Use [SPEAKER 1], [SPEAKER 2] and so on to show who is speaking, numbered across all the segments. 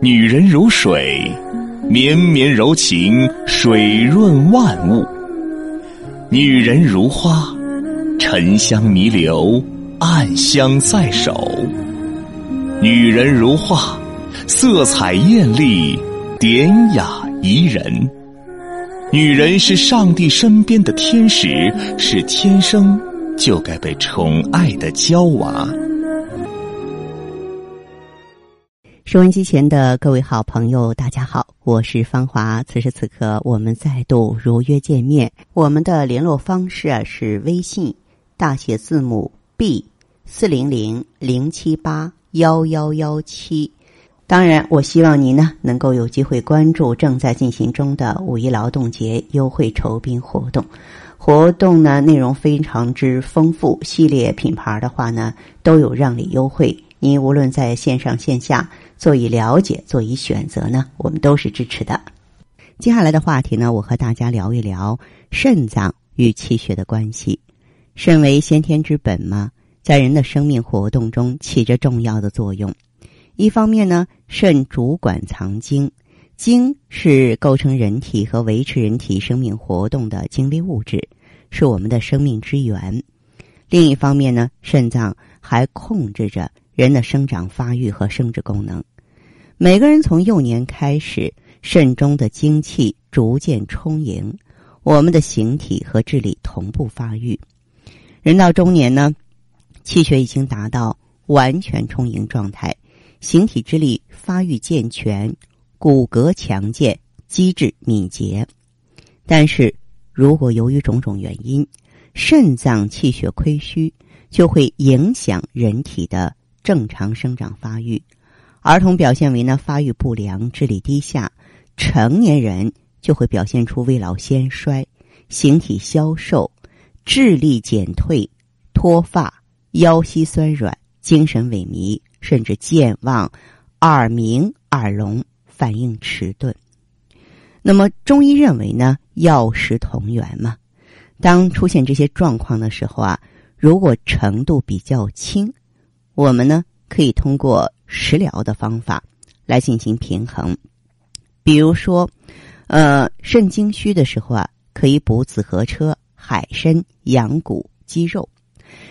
[SPEAKER 1] 女人如水，绵绵柔情，水润万物；女人如花，沉香弥留，暗香在手；女人如画，色彩艳丽，典雅宜人。女人是上帝身边的天使，是天生就该被宠爱的娇娃。
[SPEAKER 2] 收音机前的各位好朋友，大家好，我是芳华。此时此刻，我们再度如约见面。我们的联络方式啊是微信大写字母 B 四零零零七八幺幺幺七。当然，我希望您呢能够有机会关注正在进行中的五一劳动节优惠酬宾活动。活动呢内容非常之丰富，系列品牌的话呢都有让利优惠。您无论在线上线下做以了解、做以选择呢，我们都是支持的。接下来的话题呢，我和大家聊一聊肾脏与气血的关系。肾为先天之本嘛，在人的生命活动中起着重要的作用。一方面呢，肾主管藏精，精是构成人体和维持人体生命活动的精微物质，是我们的生命之源。另一方面呢，肾脏还控制着人的生长发育和生殖功能。每个人从幼年开始，肾中的精气逐渐充盈，我们的形体和智力同步发育。人到中年呢，气血已经达到完全充盈状态，形体之力发育健全，骨骼强健，机智敏捷。但是，如果由于种种原因，肾脏气血亏虚，就会影响人体的正常生长发育。儿童表现为呢发育不良、智力低下，成年人就会表现出未老先衰、形体消瘦、智力减退、脱发、腰膝酸软、精神萎靡，甚至健忘、耳鸣、耳聋、反应迟钝。那么，中医认为呢，药食同源嘛。当出现这些状况的时候啊，如果程度比较轻，我们呢可以通过食疗的方法来进行平衡。比如说，呃，肾精虚的时候啊，可以补紫河车、海参、羊骨、鸡肉；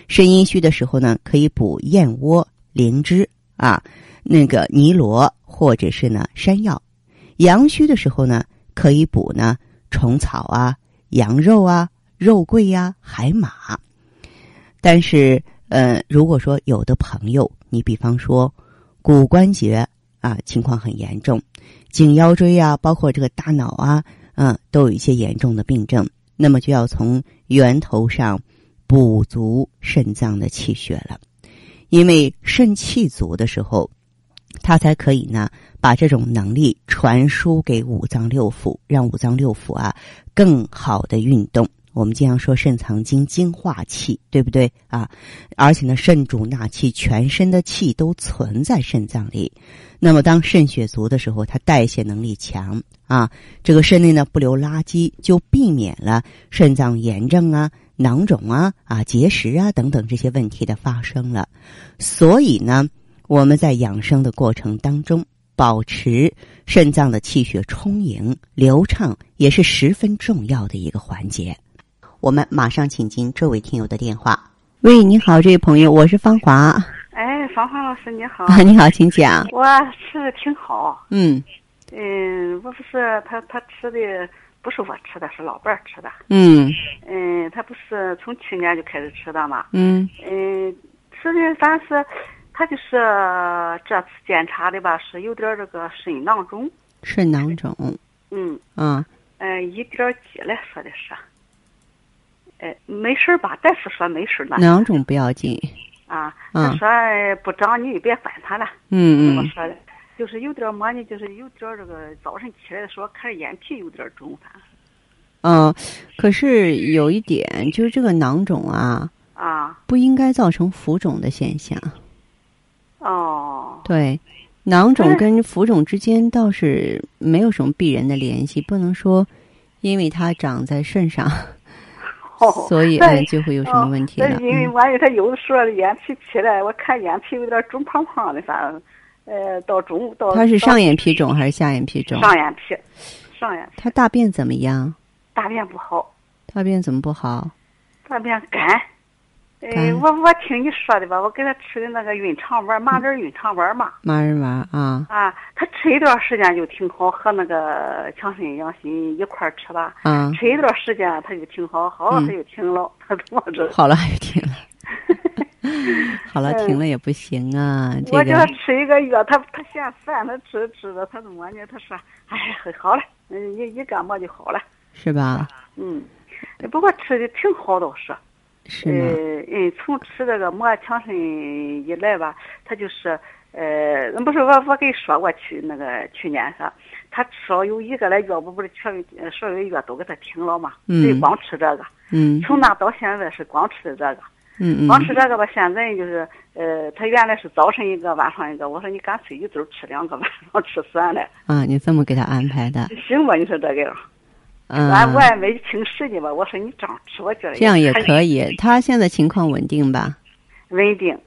[SPEAKER 2] 肾阴虚的时候呢，可以补燕窝、灵芝啊，那个泥螺或者是呢山药；阳虚的时候呢，可以补呢虫草啊、羊肉啊、肉桂呀、海马。但是，呃，如果说有的朋友，你比方说骨关节啊情况很严重，颈腰椎啊，包括这个大脑啊，嗯、都有一些严重的病症，那么就要从源头上补足肾脏的气血了，因为肾气足的时候，它才可以呢把这种能力传输给五脏六腑，让五脏六腑啊更好的运动。我们经常说肾藏精，精化气，对不对啊？而且呢，肾主纳气，全身的气都存在肾脏里。那么，当肾血足的时候，它代谢能力强啊，这个肾内呢不留垃圾，就避免了肾脏炎症啊、囊肿啊、啊结石啊等等这些问题的发生了。所以呢，我们在养生的过程当中，保持肾脏的气血充盈流畅，也是十分重要的一个环节。我们马上请进这位听友的电话。喂，你好，这位朋友，我是芳华。
[SPEAKER 3] 哎，芳华老师你好，
[SPEAKER 2] 啊，你好，请讲。
[SPEAKER 3] 我吃的挺好，
[SPEAKER 2] 嗯
[SPEAKER 3] 嗯，我不是他他吃的不是我吃的，是老伴儿吃的，
[SPEAKER 2] 嗯
[SPEAKER 3] 嗯，他不是从去年就开始吃的嘛，
[SPEAKER 2] 嗯
[SPEAKER 3] 嗯，吃的反正是他就是这次检查的吧，是有点儿这个肾囊肿，
[SPEAKER 2] 肾囊肿，
[SPEAKER 3] 嗯
[SPEAKER 2] 啊，
[SPEAKER 3] 嗯、呃一点儿几了说的是，哎没事儿吧，大夫说没事儿呢
[SPEAKER 2] 囊肿不要紧。
[SPEAKER 3] 啊，
[SPEAKER 2] 嗯
[SPEAKER 3] 他说哎不长你就别管他了。
[SPEAKER 2] 嗯
[SPEAKER 3] 我说的，就是有点儿嘛呢，就是有点儿这个早晨起来的时候看着眼皮有点儿肿，反正
[SPEAKER 2] 嗯、呃可是有一点，就是这个囊肿啊，
[SPEAKER 3] 啊，
[SPEAKER 2] 不应该造成浮肿的现象。
[SPEAKER 3] 哦，
[SPEAKER 2] 对，囊肿
[SPEAKER 3] 嗯
[SPEAKER 2] 跟浮肿之间倒是没有什么必然的联系，不能说因为它长在肾上，
[SPEAKER 3] 哦
[SPEAKER 2] 所以
[SPEAKER 3] 那哦
[SPEAKER 2] 嗯就会有什么问题
[SPEAKER 3] 那
[SPEAKER 2] 了。
[SPEAKER 3] 因为
[SPEAKER 2] 嗯
[SPEAKER 3] 完了，他有的时候眼皮起来，我看眼皮有点儿肿胖胖的，反正呃，到中午到
[SPEAKER 2] 它是
[SPEAKER 3] 到
[SPEAKER 2] 上眼皮肿还是下眼皮肿？
[SPEAKER 3] 上眼皮，上眼皮
[SPEAKER 2] 它大便怎么样？
[SPEAKER 3] 大便不好，
[SPEAKER 2] 大便怎么不好？
[SPEAKER 3] 大便干。哎，
[SPEAKER 2] 干
[SPEAKER 3] 我我听你说的吧，我给他吃的那个润肠丸，麻仁润肠丸嘛，
[SPEAKER 2] 麻仁丸啊
[SPEAKER 3] 啊，他吃一段时间就挺好，和那个强肾养心一块儿吃吧，
[SPEAKER 2] 啊，
[SPEAKER 3] 吃一段时间他就挺好，好了
[SPEAKER 2] 嗯
[SPEAKER 3] 他就停了， 他怎么着？
[SPEAKER 2] 好了，停了。 好了，停了也不行啊，这
[SPEAKER 3] 嗯我叫他
[SPEAKER 2] 个
[SPEAKER 3] 吃一个月，他他嫌烦，他吃吃着，他怎么呢？他说，哎，好了，嗯，一一感冒就好了，
[SPEAKER 2] 是吧？
[SPEAKER 3] 嗯，不过吃的挺好倒是，
[SPEAKER 2] 是吗？
[SPEAKER 3] 呃，嗯，从吃这个抹强参以来吧，他就是，呃，不是我我跟你说过去那个去年啥，他少有一个来月，我不是去呃少有一个月都给他停了嘛，
[SPEAKER 2] 嗯
[SPEAKER 3] 所以光吃这个，
[SPEAKER 2] 嗯
[SPEAKER 3] 从那到现在是光吃的这个。
[SPEAKER 2] 嗯
[SPEAKER 3] 光吃
[SPEAKER 2] 嗯，
[SPEAKER 3] 这个吧，现在就是，呃，他原来是早晨一个，晚上一个。我说你干脆一周吃两个， 晚上吃算了，
[SPEAKER 2] 啊，你这么给他安排的，
[SPEAKER 3] 行吧？你说这个样，俺
[SPEAKER 2] 嗯
[SPEAKER 3] 我，也没听谁的吧。我说你这样吃，我觉得
[SPEAKER 2] 这样也
[SPEAKER 3] 很
[SPEAKER 2] 可以。他现在情况稳定吧？
[SPEAKER 3] 稳定。嗯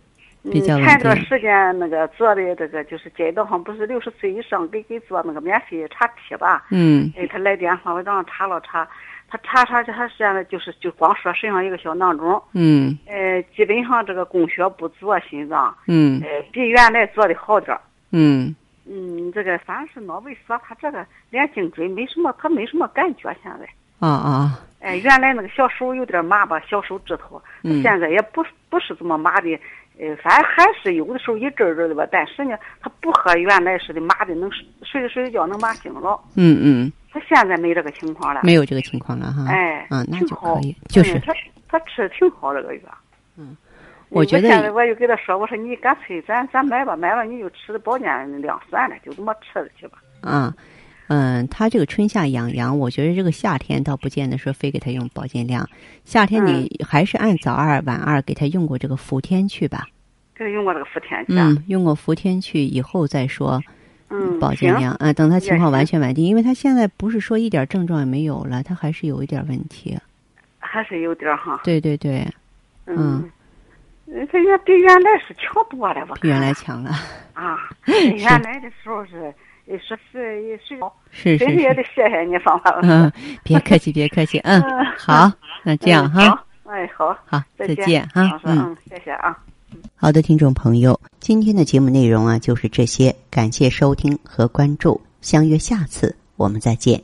[SPEAKER 2] 比较稳定
[SPEAKER 3] 前段时间那个做的这个就是街道上不是六十岁以上给给做那个免费查体吧？
[SPEAKER 2] 嗯
[SPEAKER 3] 哎，他来电话，我让他查了查，他查查他现在就是就光说身上一个小囊肿，
[SPEAKER 2] 嗯
[SPEAKER 3] 呃，基本上这个供血不足啊，心脏，
[SPEAKER 2] 嗯
[SPEAKER 3] 呃，比原来做的好点儿。
[SPEAKER 2] 嗯
[SPEAKER 3] 嗯，这个反正是脑萎缩，他这个连颈椎没什么，他没什么感觉现在。
[SPEAKER 2] 啊啊
[SPEAKER 3] 哎，原来那个小手有点麻吧，小手指头，
[SPEAKER 2] 嗯
[SPEAKER 3] 现在也不不是这么麻的，呃，反正还是有的时候一阵儿阵儿的吧，但是呢，他不和原来似的麻的能睡睡着睡着觉能麻醒了，
[SPEAKER 2] 嗯嗯，
[SPEAKER 3] 他现在没这个情况了。
[SPEAKER 2] 没有这个情况了哈。
[SPEAKER 3] 哎，
[SPEAKER 2] 啊，那
[SPEAKER 3] 挺
[SPEAKER 2] 就
[SPEAKER 3] 好
[SPEAKER 2] 可以，就是
[SPEAKER 3] 嗯他他吃的挺好这个药。
[SPEAKER 2] 嗯
[SPEAKER 3] 嗯，
[SPEAKER 2] 我觉得
[SPEAKER 3] 现在我就跟他说，我说你干脆咱咱买吧，买了你就吃的保健量算了，就这么吃着去吧。
[SPEAKER 2] 啊，嗯，他这个春夏养阳，我觉得这个夏天倒不见得说非给他用保健量，夏天你
[SPEAKER 3] 嗯
[SPEAKER 2] 还是按早二晚二给他用过这个伏天去吧。
[SPEAKER 3] 给他用过这个伏天去啊。
[SPEAKER 2] 嗯，用过伏天去以后再说
[SPEAKER 3] 嗯，
[SPEAKER 2] 保健
[SPEAKER 3] 行
[SPEAKER 2] 量啊，等他情
[SPEAKER 3] 也
[SPEAKER 2] 况完
[SPEAKER 3] 是
[SPEAKER 2] 全稳定，因为他现在不是说一点症状也没有了，他还是有一点问题。
[SPEAKER 3] 还是有点儿哈。
[SPEAKER 2] 对对对，嗯
[SPEAKER 3] 嗯，呃这原比原来是强多了，我
[SPEAKER 2] 比原来
[SPEAKER 3] 看
[SPEAKER 2] 强了，
[SPEAKER 3] 啊，原来的时候是呃说是一睡着，
[SPEAKER 2] 是是
[SPEAKER 3] 真是也
[SPEAKER 2] 是，
[SPEAKER 3] 得谢谢你，方法。
[SPEAKER 2] 嗯，别客气别客气， 嗯，好，那这样
[SPEAKER 3] 嗯
[SPEAKER 2] 哈，
[SPEAKER 3] 好哎，好，
[SPEAKER 2] 好，
[SPEAKER 3] 再
[SPEAKER 2] 再
[SPEAKER 3] 见
[SPEAKER 2] 见
[SPEAKER 3] 老
[SPEAKER 2] 哈，
[SPEAKER 3] 师，
[SPEAKER 2] 嗯。
[SPEAKER 3] 嗯，谢谢啊。
[SPEAKER 2] 好的，听众朋友，今天的节目内容啊就是这些，感谢收听和关注，相约下次我们再见。